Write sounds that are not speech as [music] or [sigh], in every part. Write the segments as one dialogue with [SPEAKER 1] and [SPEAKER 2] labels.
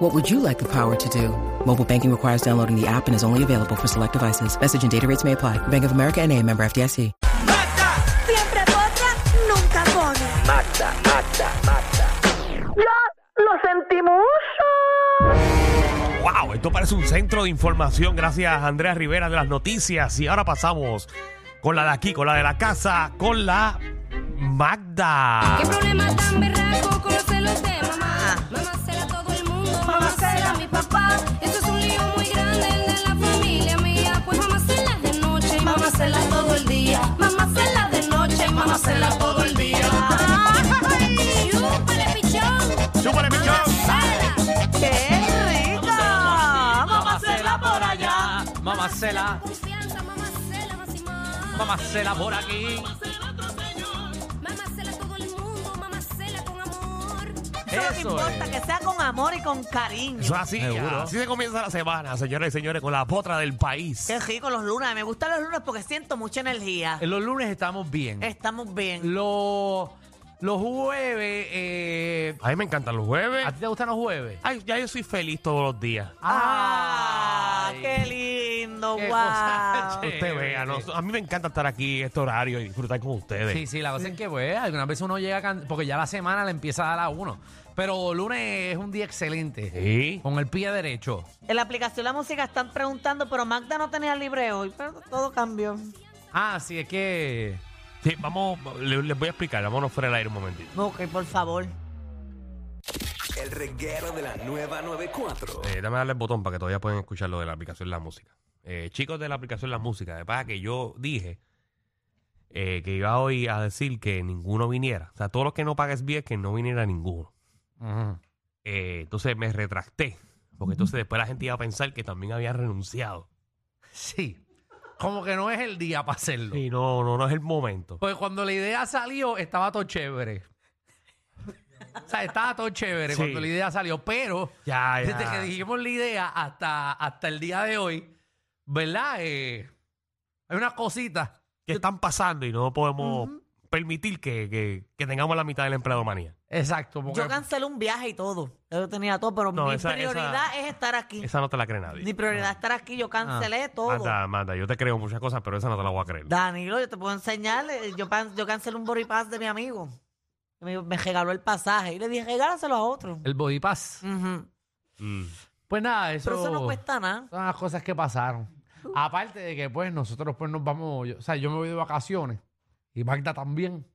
[SPEAKER 1] What would you like the power to do? Mobile banking requires downloading the app and is only available for select devices. Message and data rates may apply. Bank of America and a member FDIC.
[SPEAKER 2] Siempre potra, nunca pone.
[SPEAKER 3] ¡Wow! Esto parece un centro de información. Gracias, Andrea Rivera, de las noticias. Y ahora pasamos con la de aquí, con la de la casa, con la Magda.
[SPEAKER 4] ¿Qué problema tan berraco con los celos de mamá? Mamá será todo el mundo, Ah. mamá será mi papá. Esto es un lío muy grande, el de la familia mía. Pues mamá será de noche, y mamá será todo el día. Mamá será de noche, y mamá será todo el día. ¡Chúpale, pichón!
[SPEAKER 3] ¡Súper pichón!
[SPEAKER 4] ¡Sala!
[SPEAKER 5] ¡Qué rico!
[SPEAKER 6] Mamacela por allá, mamacela,
[SPEAKER 4] Confianza, mamá será más y más.
[SPEAKER 6] mamacela por aquí.
[SPEAKER 4] Mamá será todo el mundo, mamá será con amor.
[SPEAKER 5] Eso es lo
[SPEAKER 6] Eso
[SPEAKER 5] que importa,
[SPEAKER 6] es.
[SPEAKER 5] que sea con amor y con cariño.
[SPEAKER 3] Eso es así. Así se comienza la semana, señores y señores, con la potra del país.
[SPEAKER 5] Qué rico los lunes. Me gustan los lunes porque siento mucha energía.
[SPEAKER 6] En Los lunes estamos bien.
[SPEAKER 5] Estamos bien.
[SPEAKER 6] Los, los jueves, eh,
[SPEAKER 3] A mí me encantan los jueves.
[SPEAKER 6] ¿a ti te gustan los jueves?
[SPEAKER 3] Ay, ya yo soy feliz todos los días.
[SPEAKER 5] ¡Ah!
[SPEAKER 6] Ay,
[SPEAKER 5] ¡Qué lindo!
[SPEAKER 6] qué cosa
[SPEAKER 5] ¡Wow!
[SPEAKER 6] chévere.
[SPEAKER 3] Usted vea, no- a mí me encanta estar aquí este horario y disfrutar con ustedes.
[SPEAKER 6] Sí, sí, la cosa es que, pues, algunas veces uno llega, can- porque ya la semana le empieza a dar a uno. Pero lunes es un día excelente.
[SPEAKER 3] Sí.
[SPEAKER 6] Con el pie derecho.
[SPEAKER 5] En la aplicación La Música están preguntando, pero Magda no tenía libre hoy. Pero pues, todo cambió.
[SPEAKER 6] Ah, sí, es que.
[SPEAKER 3] Sí, vamos, le- les voy a explicar. Vámonos fuera del aire un momentito.
[SPEAKER 5] Ok, por favor.
[SPEAKER 7] El reguero de la nueva 94.
[SPEAKER 3] Eh, dame darle el botón para que todavía puedan escuchar lo de la aplicación La Música. Eh, chicos de la aplicación La Música, de pasa que yo dije eh, que iba hoy a decir que ninguno viniera. O sea, todos los que no pagues bien, que no viniera ninguno.
[SPEAKER 6] Ujú.
[SPEAKER 3] Eh, entonces me retracté, porque entonces después la gente iba a pensar que también había renunciado.
[SPEAKER 6] Sí. Como que no es el día para hacerlo.
[SPEAKER 3] Y no, no, no es el momento.
[SPEAKER 6] Pues cuando la idea salió, estaba todo chévere. O sea, estaba todo chévere
[SPEAKER 3] Sí.
[SPEAKER 6] cuando la idea salió, pero
[SPEAKER 3] Ya, ya.
[SPEAKER 6] desde que dijimos la idea hasta, hasta el día de hoy, ¿verdad? Eh, hay unas cositas.
[SPEAKER 3] Que están pasando y no podemos permitir que, que- que tengamos la mitad de la empleadomanía.
[SPEAKER 6] Exacto. Porque
[SPEAKER 5] Yo cancelé un viaje y todo. Yo tenía todo, pero
[SPEAKER 3] No,
[SPEAKER 5] mi
[SPEAKER 3] esa-
[SPEAKER 5] prioridad
[SPEAKER 3] esa-
[SPEAKER 5] es estar aquí.
[SPEAKER 3] Esa no te la cree nadie.
[SPEAKER 5] Mi prioridad es estar aquí. Yo cancelé
[SPEAKER 3] Ah,
[SPEAKER 5] todo.
[SPEAKER 3] Manda, manda, yo te creo muchas cosas, pero esa no te la voy a creer.
[SPEAKER 5] Danilo, yo te puedo enseñar. eh, Yo, pan- yo cancelé un body pass de mi amigo. Me, me regaló el pasaje y le dije, regálaselo a otro.
[SPEAKER 6] el body pass.
[SPEAKER 5] Ujú.
[SPEAKER 3] Mm.
[SPEAKER 6] Pues nada, eso.
[SPEAKER 5] Pero eso no cuesta nada.
[SPEAKER 3] [laughs]
[SPEAKER 6] Son las cosas que pasaron. Aparte de que, pues, nosotros pues nos vamos. yo- o sea, yo me voy de vacaciones. Y Magda también.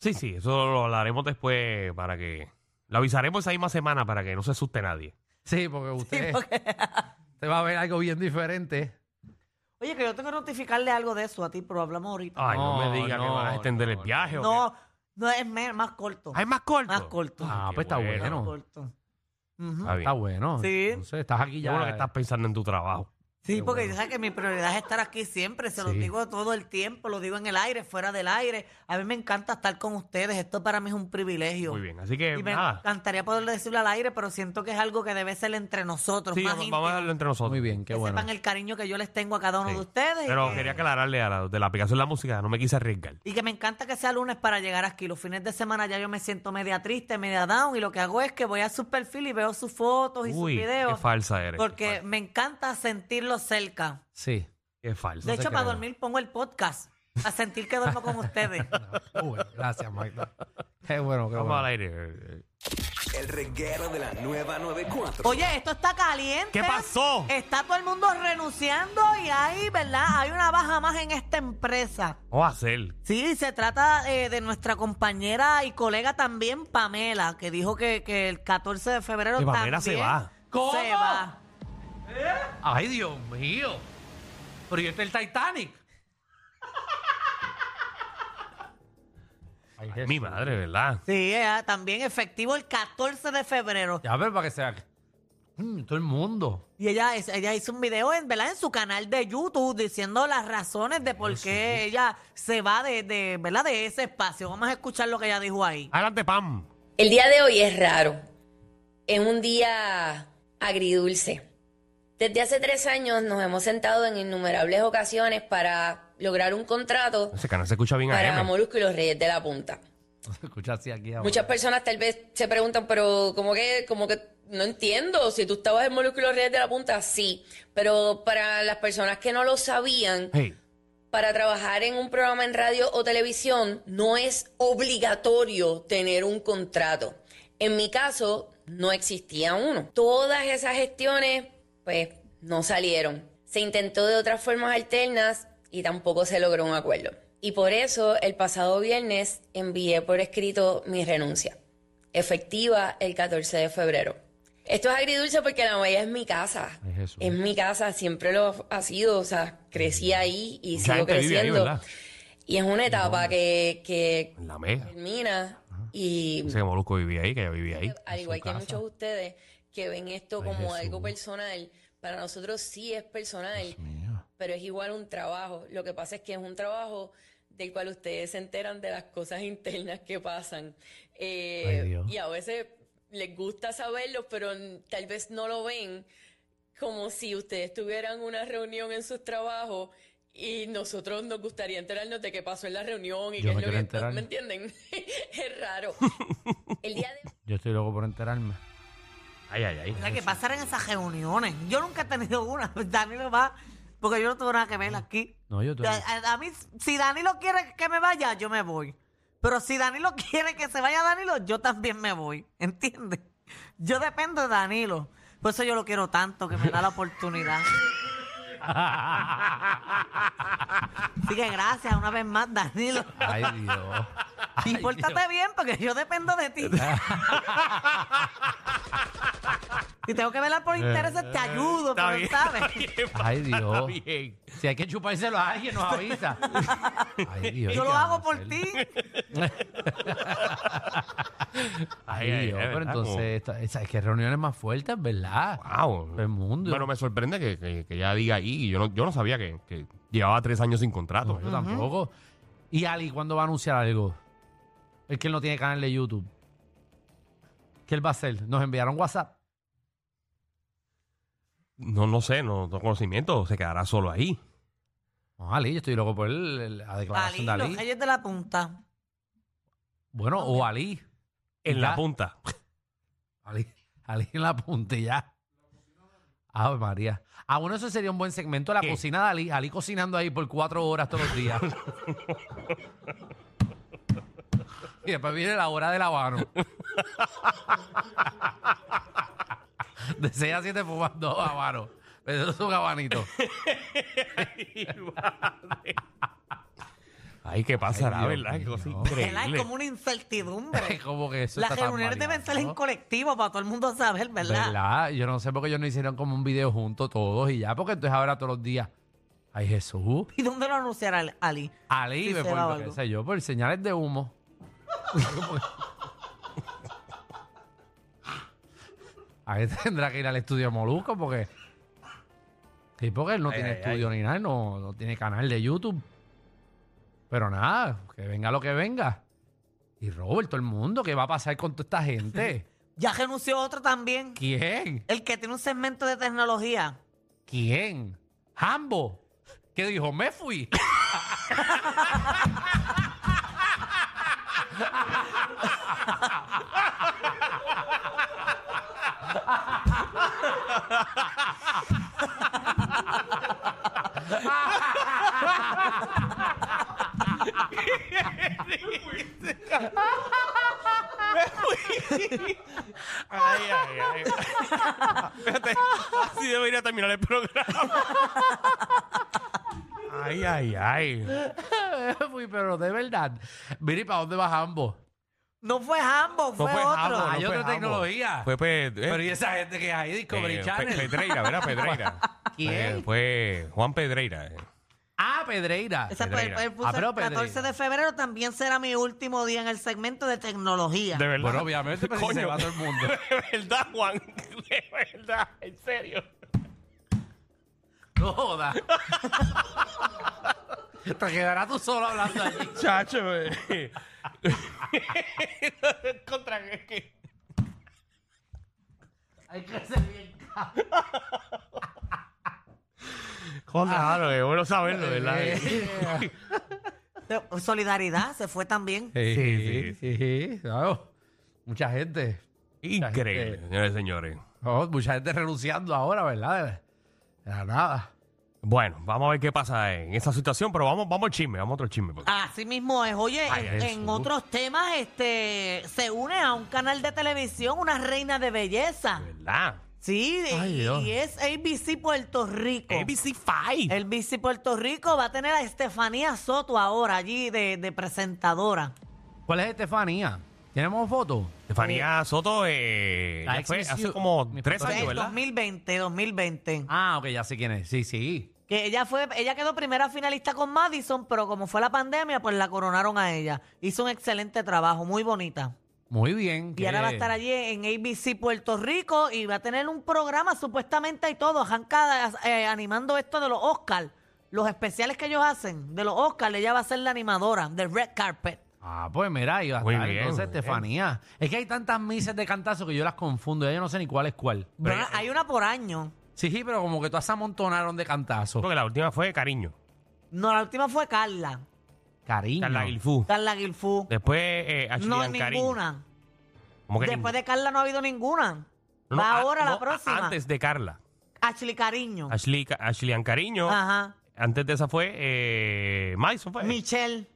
[SPEAKER 3] Sí, sí, eso lo hablaremos después para que. Lo avisaremos esa misma semana para que no se asuste nadie.
[SPEAKER 6] Sí, porque usted
[SPEAKER 3] Eh.
[SPEAKER 6] te va a ver algo bien diferente.
[SPEAKER 5] Oye, que yo tengo que notificarle algo de eso a ti, pero hablamos ahorita.
[SPEAKER 3] Ay, no,
[SPEAKER 6] No,
[SPEAKER 3] me digas que
[SPEAKER 6] no,
[SPEAKER 3] vas a extender el
[SPEAKER 6] no,
[SPEAKER 3] viaje. ¿o
[SPEAKER 5] no, no es me- más corto.
[SPEAKER 3] qué? Ah, es más corto.
[SPEAKER 5] Más corto.
[SPEAKER 6] Ah,
[SPEAKER 3] qué
[SPEAKER 6] pues está bueno.
[SPEAKER 5] Más corto. Ujú.
[SPEAKER 3] Está bien.
[SPEAKER 6] Está bueno.
[SPEAKER 5] Sí.
[SPEAKER 6] Entonces, estás aquí
[SPEAKER 3] Qué
[SPEAKER 6] ya. eh.
[SPEAKER 3] bueno que estás pensando en tu trabajo.
[SPEAKER 5] Sí, porque yo sabes que mi prioridad es estar aquí siempre, se lo
[SPEAKER 6] Sí.
[SPEAKER 5] digo todo el tiempo, lo digo en el aire, fuera del aire. A mí me encanta estar con ustedes, esto para mí es un privilegio.
[SPEAKER 3] Muy bien, así que
[SPEAKER 5] Y me
[SPEAKER 3] nada.
[SPEAKER 5] encantaría poderle decirlo al aire, pero siento que es algo que debe ser entre nosotros,
[SPEAKER 3] Sí,
[SPEAKER 5] más
[SPEAKER 3] vamos
[SPEAKER 5] íntimo.
[SPEAKER 3] a darlo entre nosotros.
[SPEAKER 6] Muy bien,
[SPEAKER 5] que
[SPEAKER 6] qué bueno.
[SPEAKER 5] sepan el cariño que yo les tengo a cada uno
[SPEAKER 3] Sí.
[SPEAKER 5] de ustedes. y
[SPEAKER 3] Pero
[SPEAKER 5] que-
[SPEAKER 3] quería aclararle a la, de la aplicación de la música, no me quise arriesgar.
[SPEAKER 5] Y que me encanta que sea lunes para llegar aquí. Los fines de semana ya yo me siento media triste, media down. Y lo que hago es que voy a su perfil y veo sus fotos y
[SPEAKER 3] Uy,
[SPEAKER 5] sus
[SPEAKER 3] qué
[SPEAKER 5] videos.
[SPEAKER 3] falsa eres.
[SPEAKER 5] porque me encanta sentirlo cerca.
[SPEAKER 6] Sí.
[SPEAKER 3] Qué falsa.
[SPEAKER 5] De
[SPEAKER 3] se
[SPEAKER 5] hecho, para
[SPEAKER 3] cree.
[SPEAKER 5] dormir pongo el podcast. A sentir que duermo con
[SPEAKER 3] [laughs]
[SPEAKER 5] ustedes.
[SPEAKER 6] Uy, gracias, Magda. Qué bueno, qué
[SPEAKER 3] Vamos
[SPEAKER 6] bueno.
[SPEAKER 3] al aire. eh, eh.
[SPEAKER 7] El reguero de la nueva 94.
[SPEAKER 5] Oye, esto está caliente.
[SPEAKER 3] ¿Qué pasó?
[SPEAKER 5] Está todo el mundo renunciando y hay, ¿verdad? Hay una baja más en esta empresa.
[SPEAKER 3] Vamos a hacer.
[SPEAKER 5] Sí, se trata eh, de nuestra compañera y colega también, Pamela, que dijo que, que el 14 de febrero
[SPEAKER 3] Que Pamela
[SPEAKER 5] también
[SPEAKER 3] se va.
[SPEAKER 6] ¿Cómo?
[SPEAKER 5] Se va.
[SPEAKER 6] Ay, Dios mío. Pero yo estoy el Titanic. Ay, Jesús.
[SPEAKER 3] Mi madre, ¿verdad?
[SPEAKER 5] Sí, ella también efectivo el 14 de febrero.
[SPEAKER 6] Ya, pero para que sea. Mm, todo el mundo. [laughs]
[SPEAKER 5] Y ella, es- ella hizo un video en, ¿verdad? en su canal de YouTube diciendo las razones de por qué ella se va de, de, ¿verdad? de ese espacio. Vamos a escuchar lo que ella dijo ahí.
[SPEAKER 3] Adelante, Pam.
[SPEAKER 8] El día de hoy es raro. Es un día agridulce. Desde hace tres años nos hemos sentado en innumerables ocasiones para lograr un contrato
[SPEAKER 3] Ese canal se escucha bien a
[SPEAKER 8] para
[SPEAKER 3] M.
[SPEAKER 8] Molusco y los Reyes de la Punta.
[SPEAKER 6] Se escucha así aquí ahora.
[SPEAKER 8] Muchas personas tal vez se preguntan, pero como que, como que no entiendo, si tú estabas en Molusco y los Reyes de la Punta, sí. Pero para las personas que no lo sabían,
[SPEAKER 3] Hey,
[SPEAKER 8] para trabajar en un programa en radio o televisión no es obligatorio tener un contrato. En mi caso, no existía uno. Todas esas gestiones, pues, no salieron. Se intentó de otras formas alternas y tampoco se logró un acuerdo. Y por eso, el pasado viernes envié por escrito mi renuncia, efectiva el 14 de febrero. Esto es agridulce porque la Maya es mi casa.
[SPEAKER 6] Ay, Jesús.
[SPEAKER 8] Es mi casa, siempre lo ha sido, o sea, crecí ahí y
[SPEAKER 3] Mucha
[SPEAKER 8] sigo
[SPEAKER 3] gente vive ahí,
[SPEAKER 8] creciendo.
[SPEAKER 3] ¿verdad?
[SPEAKER 8] y es una etapa que, que
[SPEAKER 3] en la mega.
[SPEAKER 8] termina y
[SPEAKER 3] Dice que Molusco vivía ahí, que ella vivía ahí.
[SPEAKER 8] al
[SPEAKER 6] su
[SPEAKER 8] igual que
[SPEAKER 6] casa.
[SPEAKER 8] muchos de ustedes que ven esto
[SPEAKER 6] Ay,
[SPEAKER 8] como
[SPEAKER 6] Jesús.
[SPEAKER 8] algo personal, para nosotros sí es personal,
[SPEAKER 6] Dios mío.
[SPEAKER 8] pero es igual un trabajo. Lo que pasa es que es un trabajo del cual ustedes se enteran de las cosas [laughs] internas que pasan. Eh,
[SPEAKER 6] Ay, Dios.
[SPEAKER 8] y a veces les gusta saberlo, pero n- tal vez no lo ven como si ustedes tuvieran una reunión en sus trabajos y nosotros nos gustaría enterarnos de qué pasó en la reunión y
[SPEAKER 6] Yo
[SPEAKER 8] qué
[SPEAKER 6] me
[SPEAKER 8] es lo
[SPEAKER 6] quiero
[SPEAKER 8] que...
[SPEAKER 6] enterar.
[SPEAKER 8] ¿Me entienden? [laughs]
[SPEAKER 6] [laughs]
[SPEAKER 8] es raro. El día de
[SPEAKER 6] Yo estoy loco por enterarme.
[SPEAKER 3] Ay, ay, ay.
[SPEAKER 5] O sea, que pasaran esas reuniones. Yo nunca he tenido una. [laughs] Danilo va, porque yo no tengo nada que ver aquí. [laughs]
[SPEAKER 6] No, yo te-
[SPEAKER 5] A, a- a mí, si Danilo quiere que me vaya, yo me voy. Pero si Danilo [laughs] quiere que se vaya Danilo, yo también me voy. ¿Entiendes? Yo dependo de Danilo. Por eso yo lo quiero tanto, que me da la oportunidad. Así que gracias una vez más, Danilo.
[SPEAKER 6] Ay, Dios. Ay,
[SPEAKER 5] Pórtate
[SPEAKER 6] Dios.
[SPEAKER 5] bien porque yo dependo de ti. si tengo que velar por intereses, te ayudo,
[SPEAKER 3] Está
[SPEAKER 5] pero
[SPEAKER 3] bien.
[SPEAKER 5] ¿sabes?
[SPEAKER 3] [laughs]
[SPEAKER 6] Ay,
[SPEAKER 3] Está
[SPEAKER 6] Dios.
[SPEAKER 3] [laughs] bien.
[SPEAKER 6] Si hay que chupárselo a alguien, nos avisa. [laughs] Ay, Dios.
[SPEAKER 5] Yo
[SPEAKER 6] ¿qué
[SPEAKER 5] lo
[SPEAKER 6] vamos
[SPEAKER 5] hago
[SPEAKER 6] a
[SPEAKER 5] por
[SPEAKER 6] hacer?
[SPEAKER 5] ti.
[SPEAKER 6] Ay,
[SPEAKER 3] Ay, ay,
[SPEAKER 6] Dios.
[SPEAKER 3] ay,
[SPEAKER 6] pero
[SPEAKER 3] ¿verdad?
[SPEAKER 6] entonces, esta- esa- es que reuniones más fuertes, ¿verdad?
[SPEAKER 3] Wow.
[SPEAKER 6] El mundo.
[SPEAKER 3] Bueno, me sorprende que, que, que ella diga ahí. Yo no, yo no sabía que, que llevaba tres años sin contrato.
[SPEAKER 6] No, yo tampoco. ¿Y Ali cuándo va a anunciar algo? Es que él no tiene canal de YouTube. ¿Qué él va a hacer? Nos enviaron WhatsApp.
[SPEAKER 3] No, no sé, no tengo conocimiento. Se quedará solo ahí.
[SPEAKER 6] No, Ali, yo estoy loco por el- el- la
[SPEAKER 5] Dalí,
[SPEAKER 6] declaración de
[SPEAKER 5] los
[SPEAKER 6] Ali.
[SPEAKER 5] reyes de la punta.
[SPEAKER 6] Bueno, o Ali.
[SPEAKER 3] En
[SPEAKER 6] Ya.
[SPEAKER 3] la punta.
[SPEAKER 6] Ali, [laughs] Ali en la punta y ya. Ave María. Ah, bueno, eso sería un buen segmento. La
[SPEAKER 3] ¿Qué?
[SPEAKER 6] cocina de Ali. Ali cocinando ahí por cuatro horas todos
[SPEAKER 5] [laughs]
[SPEAKER 6] los días. y después viene la hora del habano. de 6 a 7 fumando habano. Pero eso es un habanito.
[SPEAKER 3] Ay, ¿qué pasará,
[SPEAKER 6] Dios
[SPEAKER 3] verdad? Qué
[SPEAKER 6] mío.
[SPEAKER 3] cosa
[SPEAKER 5] ¿Verdad? Es
[SPEAKER 3] increíble.
[SPEAKER 5] como una incertidumbre.
[SPEAKER 6] [laughs] Como que eso
[SPEAKER 5] Las
[SPEAKER 6] está tan
[SPEAKER 5] reuniones deben
[SPEAKER 6] variado,
[SPEAKER 5] ser en
[SPEAKER 6] ¿no?
[SPEAKER 5] colectivo para todo el mundo saber, ¿verdad?
[SPEAKER 6] ¿Verdad? Yo no sé por qué ellos no hicieron como un video juntos todos y ya, porque entonces ahora todos los días. Ay, Jesús.
[SPEAKER 5] ¿Y dónde lo anunciará Ali?
[SPEAKER 6] Ali,
[SPEAKER 5] Sí,
[SPEAKER 6] me
[SPEAKER 5] se
[SPEAKER 6] por,
[SPEAKER 5] daba
[SPEAKER 6] qué
[SPEAKER 5] algo.
[SPEAKER 6] sé yo, por señales de
[SPEAKER 3] [laughs]
[SPEAKER 6] humo. Ahí tendrá que ir al estudio Molusco porque. Sí, porque él no
[SPEAKER 3] Ay,
[SPEAKER 6] tiene
[SPEAKER 3] ay,
[SPEAKER 6] estudio ni nada, él no, no tiene canal de YouTube. Pero nada, que venga lo que venga. Y Robert, todo el mundo, ¿qué va a pasar con toda esta
[SPEAKER 3] [laughs]
[SPEAKER 6] gente?
[SPEAKER 5] Ya renunció otro también.
[SPEAKER 6] ¿Quién?
[SPEAKER 5] El que tiene un segmento de tecnología.
[SPEAKER 6] ¿Quién? ¿Hambo? ¿Qué dijo? Me fui. [laughs]
[SPEAKER 3] Ay, ay, ay. Espérate, así debería terminar el programa. Ay, ay, ay.
[SPEAKER 6] Me fui, pero de verdad. Mire, ¿para dónde vas, Hambo?
[SPEAKER 5] No fue ambos, fue,
[SPEAKER 3] fue
[SPEAKER 5] otro.
[SPEAKER 3] Jambo, no
[SPEAKER 6] Hay
[SPEAKER 3] fue
[SPEAKER 6] otra
[SPEAKER 3] Jambo.
[SPEAKER 6] tecnología.
[SPEAKER 3] Fue pe- eh,
[SPEAKER 6] Pero y esa gente que hay,
[SPEAKER 3] eh,
[SPEAKER 6] Discovery
[SPEAKER 3] Pe-
[SPEAKER 6] Channel.
[SPEAKER 3] Pedreira, ¿verdad? Pedreira.
[SPEAKER 6] ¿Quién?
[SPEAKER 3] Eh, Fue Juan Pedreira. eh.
[SPEAKER 6] Ah, Pedreira.
[SPEAKER 5] Esa
[SPEAKER 3] Pedreira.
[SPEAKER 5] pe- él puso
[SPEAKER 6] Ah, pero
[SPEAKER 5] el 14
[SPEAKER 6] Pedreira.
[SPEAKER 5] de febrero también será mi último día en el segmento de tecnología.
[SPEAKER 3] De verdad.
[SPEAKER 6] Bueno, obviamente, pero si se va todo el mundo.
[SPEAKER 3] [laughs] De verdad, Juan. De verdad, en serio.
[SPEAKER 6] [laughs] No jodas. [laughs] Te quedarás tú solo hablando allí.
[SPEAKER 3] Chacho, eh. [laughs] Contra que.
[SPEAKER 6] Hay que ser bien
[SPEAKER 3] Contra, claro, es bueno saberlo, ¿verdad?
[SPEAKER 6] Eh.
[SPEAKER 5] De- Solidaridad se fue también.
[SPEAKER 6] Sí, sí, sí. claro. Mucha gente. Eh.
[SPEAKER 3] Increíble, señores y señores.
[SPEAKER 6] no, mucha gente renunciando ahora, ¿verdad? De la nada.
[SPEAKER 3] Bueno, vamos a ver qué pasa en esa situación, pero vamos, vamos al chisme, vamos a otro chisme. porque-
[SPEAKER 5] Así mismo es. Oye,
[SPEAKER 3] Ay,
[SPEAKER 5] en,
[SPEAKER 3] Jesús.
[SPEAKER 5] en otros temas, este se une a un canal de televisión, una reina de belleza.
[SPEAKER 3] ¿Verdad?
[SPEAKER 5] Sí, y-
[SPEAKER 6] Ay,
[SPEAKER 5] y,
[SPEAKER 6] Dios.
[SPEAKER 5] es ABC Puerto Rico.
[SPEAKER 3] ABC 5.
[SPEAKER 5] El BC Puerto Rico va a tener a Estefanía Soto ahora allí de, de presentadora.
[SPEAKER 6] ¿Cuál es Estefanía? ¿Tenemos foto?
[SPEAKER 3] Estefanía Soto eh,
[SPEAKER 6] la
[SPEAKER 3] ya
[SPEAKER 6] ex
[SPEAKER 3] fue
[SPEAKER 6] Miss
[SPEAKER 3] hace
[SPEAKER 6] U-
[SPEAKER 3] como
[SPEAKER 6] Miss
[SPEAKER 3] tres
[SPEAKER 6] Puerto
[SPEAKER 3] años,
[SPEAKER 5] En
[SPEAKER 6] Rico.
[SPEAKER 3] ¿verdad?
[SPEAKER 5] 2020, 2020.
[SPEAKER 6] Ah, ok, ya sé quién es. Sí, sí.
[SPEAKER 5] Que ella fue, ella quedó primera finalista con Madison, pero como fue la pandemia, pues la coronaron a ella. Hizo un excelente trabajo, muy bonita.
[SPEAKER 6] Muy bien.
[SPEAKER 5] Y ahora va a estar allí en ABC Puerto Rico y va a tener un programa supuestamente y todo, Janca eh, animando esto de los Oscars. Los especiales que ellos hacen de los Oscars, ella va a ser la animadora del Red Carpet.
[SPEAKER 6] Ah, pues mira, iba a
[SPEAKER 3] Muy
[SPEAKER 6] estar
[SPEAKER 3] bien,
[SPEAKER 6] entonces
[SPEAKER 3] muy bien.
[SPEAKER 6] Estefanía. Es que hay tantas mises de cantazo que yo las confundo. Ya yo no sé ni cuál es cuál.
[SPEAKER 5] Bueno, hay una por año.
[SPEAKER 6] Sí, sí, pero como que todas se amontonaron de cantazo.
[SPEAKER 3] Porque la última fue Cariño.
[SPEAKER 5] No, la última fue Carla.
[SPEAKER 6] Cariño.
[SPEAKER 3] Carla Guilfú.
[SPEAKER 5] Carla Guilfú.
[SPEAKER 3] Después eh, Ashley
[SPEAKER 5] No,
[SPEAKER 3] and Cariño.
[SPEAKER 5] ninguna.
[SPEAKER 3] ¿Cómo que
[SPEAKER 5] Después
[SPEAKER 3] ninguna?
[SPEAKER 5] de Carla no ha habido ninguna.
[SPEAKER 3] No, no,
[SPEAKER 5] Va
[SPEAKER 3] a-
[SPEAKER 5] ahora
[SPEAKER 3] no,
[SPEAKER 5] la
[SPEAKER 3] a-
[SPEAKER 5] próxima.
[SPEAKER 3] Antes de Carla.
[SPEAKER 5] Ashley Cariño.
[SPEAKER 3] Ashley, Ca- Ashley and Cariño.
[SPEAKER 5] Ajá.
[SPEAKER 3] Antes de esa fue eh, Madison, fue.
[SPEAKER 5] Michelle.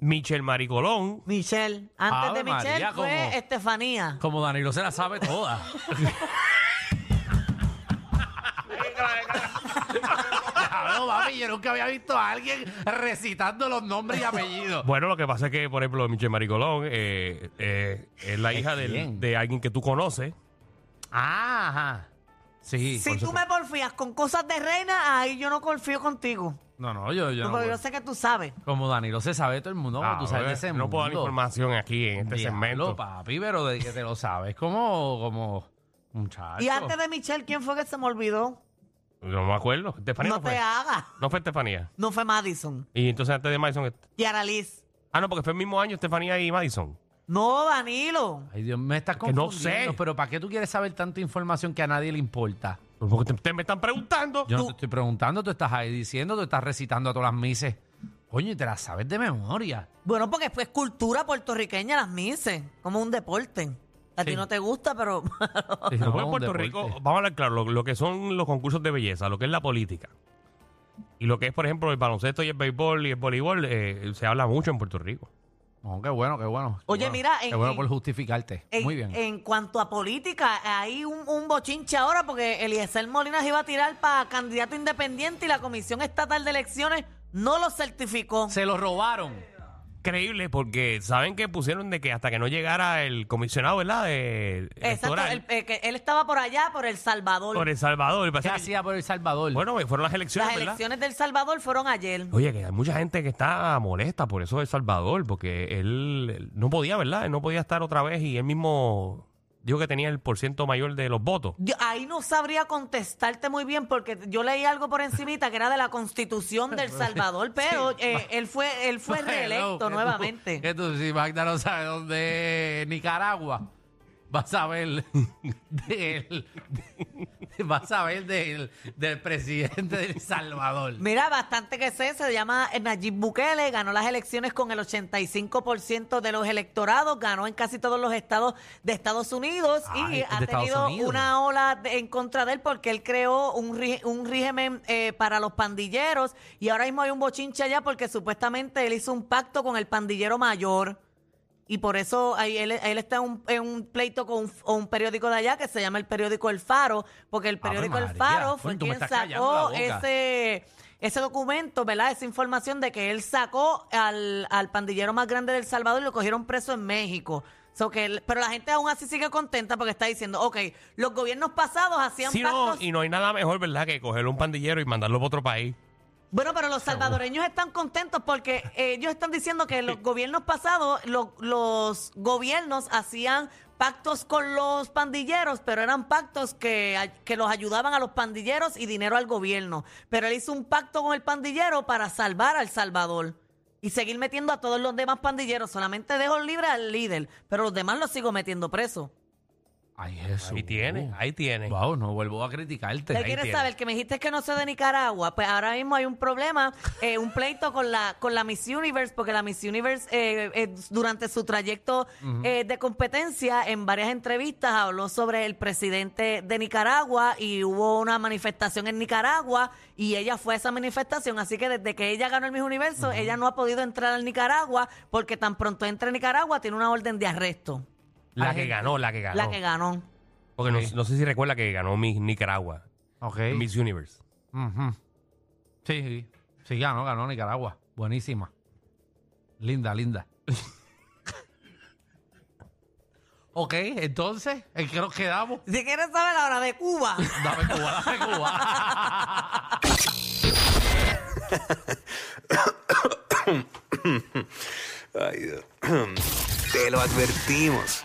[SPEAKER 3] Michelle Maricolón.
[SPEAKER 5] Michelle. Antes
[SPEAKER 6] Ave
[SPEAKER 5] de Michelle
[SPEAKER 6] María,
[SPEAKER 5] fue
[SPEAKER 6] ¿cómo?
[SPEAKER 5] Estefanía.
[SPEAKER 6] Como Danilo se la sabe [laughs] toda. Diablo, papi, yo nunca había visto a alguien recitando los nombres y apellidos.
[SPEAKER 3] Bueno, lo que pasa es que, por ejemplo, Michelle Maricolón eh, eh, es la hija del-
[SPEAKER 6] quién?
[SPEAKER 3] de alguien que tú conoces.
[SPEAKER 6] Ah, ajá. Sí.
[SPEAKER 5] Si tú me porfías con cosas de reina, ahí yo no confío contigo.
[SPEAKER 6] No, no, yo, yo
[SPEAKER 5] No,
[SPEAKER 6] no.
[SPEAKER 5] porque yo sé que tú sabes.
[SPEAKER 6] Como Danilo se sabe todo el mundo, como
[SPEAKER 3] Ah,
[SPEAKER 6] tú sabes de
[SPEAKER 3] bebé,
[SPEAKER 6] ese
[SPEAKER 3] no
[SPEAKER 6] mundo.
[SPEAKER 3] puedo dar información aquí en este
[SPEAKER 6] Diablo,
[SPEAKER 3] segmento.
[SPEAKER 6] papi, pero de que te lo sabes como, como muchacho.
[SPEAKER 5] Y antes de Michelle, ¿quién fue que se me olvidó?
[SPEAKER 3] No me acuerdo. Estefanía no,
[SPEAKER 5] no te
[SPEAKER 3] fue.
[SPEAKER 5] hagas.
[SPEAKER 3] No fue Estefanía.
[SPEAKER 5] No fue Madison.
[SPEAKER 3] Y entonces antes de Madison. est-
[SPEAKER 5] Y Araliz.
[SPEAKER 3] Ah, no, porque fue el mismo año Estefanía y Madison.
[SPEAKER 5] No, Danilo.
[SPEAKER 6] Ay, Dios, me estás
[SPEAKER 3] Que no
[SPEAKER 6] confundiendo.
[SPEAKER 3] sé.
[SPEAKER 6] Pero ¿para qué tú quieres saber tanta información que a nadie le importa?
[SPEAKER 3] Pues Porque ustedes me están preguntando.
[SPEAKER 6] Yo no
[SPEAKER 3] Tú-
[SPEAKER 6] te estoy preguntando, tú estás ahí diciendo, tú estás recitando a todas las mises. Coño, y te las sabes de
[SPEAKER 3] [laughs]
[SPEAKER 6] memoria.
[SPEAKER 5] Bueno, porque es cultura puertorriqueña las mises, como un deporte. A ti
[SPEAKER 6] Sí.
[SPEAKER 5] no te gusta, pero [laughs]
[SPEAKER 6] Sí,
[SPEAKER 3] Después
[SPEAKER 6] no,
[SPEAKER 3] en
[SPEAKER 6] un
[SPEAKER 3] Puerto
[SPEAKER 6] deporte.
[SPEAKER 3] Rico, vamos a hablar claro, lo, lo que son los concursos de belleza, lo que es la política. Y lo que es, por ejemplo, el baloncesto y el béisbol y el voleibol, eh, se habla mucho en Puerto Rico.
[SPEAKER 6] No, qué bueno, qué bueno. qué
[SPEAKER 5] Oye,
[SPEAKER 6] bueno.
[SPEAKER 5] mira,
[SPEAKER 6] Qué
[SPEAKER 5] en-
[SPEAKER 6] bueno
[SPEAKER 5] en-
[SPEAKER 6] por justificarte.
[SPEAKER 5] en,
[SPEAKER 6] Muy bien.
[SPEAKER 5] en cuanto a política, hay un, un bochinche ahora porque Eliezer Molinas iba a tirar para candidato independiente y la Comisión Estatal de Elecciones no lo certificó.
[SPEAKER 6] Se lo robaron.
[SPEAKER 3] Increíble, porque saben que pusieron de que hasta que no llegara el comisionado, ¿verdad? De,
[SPEAKER 5] Exacto,
[SPEAKER 3] electoral
[SPEAKER 5] el- eh, que él estaba por allá, por El Salvador.
[SPEAKER 3] por El Salvador. y
[SPEAKER 6] ¿Qué
[SPEAKER 3] parece que-
[SPEAKER 6] hacía por El Salvador?
[SPEAKER 3] bueno, eh, fueron las elecciones,
[SPEAKER 5] Las
[SPEAKER 3] ¿verdad?
[SPEAKER 5] elecciones del Salvador fueron ayer.
[SPEAKER 3] Oye, que hay mucha gente que está molesta por eso de El Salvador, porque él, él no podía, ¿verdad? Él no podía estar otra vez y él mismo dijo que tenía el porciento mayor de los votos.
[SPEAKER 5] Yo- ahí no sabría contestarte muy bien porque yo leí algo por encimita que era de la Constitución
[SPEAKER 3] [laughs]
[SPEAKER 5] del Salvador, pero eh, él fue él fue
[SPEAKER 6] [laughs] Hello,
[SPEAKER 5] reelecto
[SPEAKER 6] que tú-
[SPEAKER 5] nuevamente.
[SPEAKER 6] que tú, si Magda no sabe dónde es Nicaragua, vas a [laughs] ver del, [laughs] vas a ver del, del presidente de El Salvador.
[SPEAKER 5] Mira, bastante que sé, se llama Nayib Bukele, ganó las elecciones con el 85% de los electorados, ganó en casi todos los estados de Estados Unidos
[SPEAKER 6] Ay,
[SPEAKER 5] y
[SPEAKER 6] de
[SPEAKER 5] ha
[SPEAKER 6] Estados
[SPEAKER 5] tenido
[SPEAKER 6] Unidos.
[SPEAKER 5] una ola de- en contra de él porque él creó un, ri- un régimen eh, para los pandilleros y ahora mismo hay un bochinche allá porque supuestamente él hizo un pacto con el pandillero mayor. Y por eso ahí él, él está en un, en un pleito con un, o un periódico de allá que se llama el periódico El Faro, porque el
[SPEAKER 6] Ave
[SPEAKER 5] periódico El
[SPEAKER 6] María,
[SPEAKER 5] Faro fue
[SPEAKER 6] coño, tú me
[SPEAKER 5] quien
[SPEAKER 6] estás callando la
[SPEAKER 5] sacó
[SPEAKER 6] boca.
[SPEAKER 5] ese, ese documento, ¿verdad? Esa información de que él sacó al, al pandillero más grande del Salvador y lo cogieron preso en México. So que él- pero la gente aún así sigue contenta porque está diciendo, ok, los gobiernos pasados hacían
[SPEAKER 3] Sí, no,
[SPEAKER 5] pactos.
[SPEAKER 3] y no hay nada mejor, ¿verdad?, que coger un pandillero y mandarlo a otro país.
[SPEAKER 5] Bueno, pero los salvadoreños están contentos porque ellos están diciendo que los gobiernos pasados, lo- los gobiernos hacían pactos con los pandilleros, pero eran pactos que, ay- que los ayudaban a los pandilleros y dinero al gobierno. Pero él hizo un pacto con el pandillero para salvar al Salvador y seguir metiendo a todos los demás pandilleros. Solamente dejo libre al líder, pero los demás los sigo metiendo preso.
[SPEAKER 6] Ay, Jesús.
[SPEAKER 3] Ahí tiene, ahí tiene.
[SPEAKER 6] Wow, no vuelvo a criticarte.
[SPEAKER 5] ¿Qué
[SPEAKER 6] Este, Ahí
[SPEAKER 5] quieres
[SPEAKER 6] tiene.
[SPEAKER 5] saber? Que me dijiste que no soy de Nicaragua. Pues ahora mismo hay un problema, eh, un pleito con la, con la Miss Universe, porque la Miss Universe eh, eh, durante su trayecto eh, de competencia en varias entrevistas habló sobre el presidente de Nicaragua y hubo una manifestación en Nicaragua y ella fue a esa manifestación. Así que desde que ella ganó el Miss Universo, ella no ha podido entrar al Nicaragua porque tan pronto entra a Nicaragua tiene una orden de arresto,
[SPEAKER 3] La que ganó, la que ganó.
[SPEAKER 5] la que ganó.
[SPEAKER 3] Porque no, no sé si recuerda que ganó Miss Nicaragua,
[SPEAKER 6] Ok.
[SPEAKER 3] Miss Universe.
[SPEAKER 6] Ujú. Sí, sí. Sí, ganó, ganó Nicaragua. Buenísima. Linda, linda. [laughs] ok, entonces, ¿en qué nos quedamos?
[SPEAKER 5] Si quieres saber ahora de Cuba.
[SPEAKER 6] Dame Cuba, dame Cuba.
[SPEAKER 7] Ay, Dios. [clears throat] Te lo advertimos.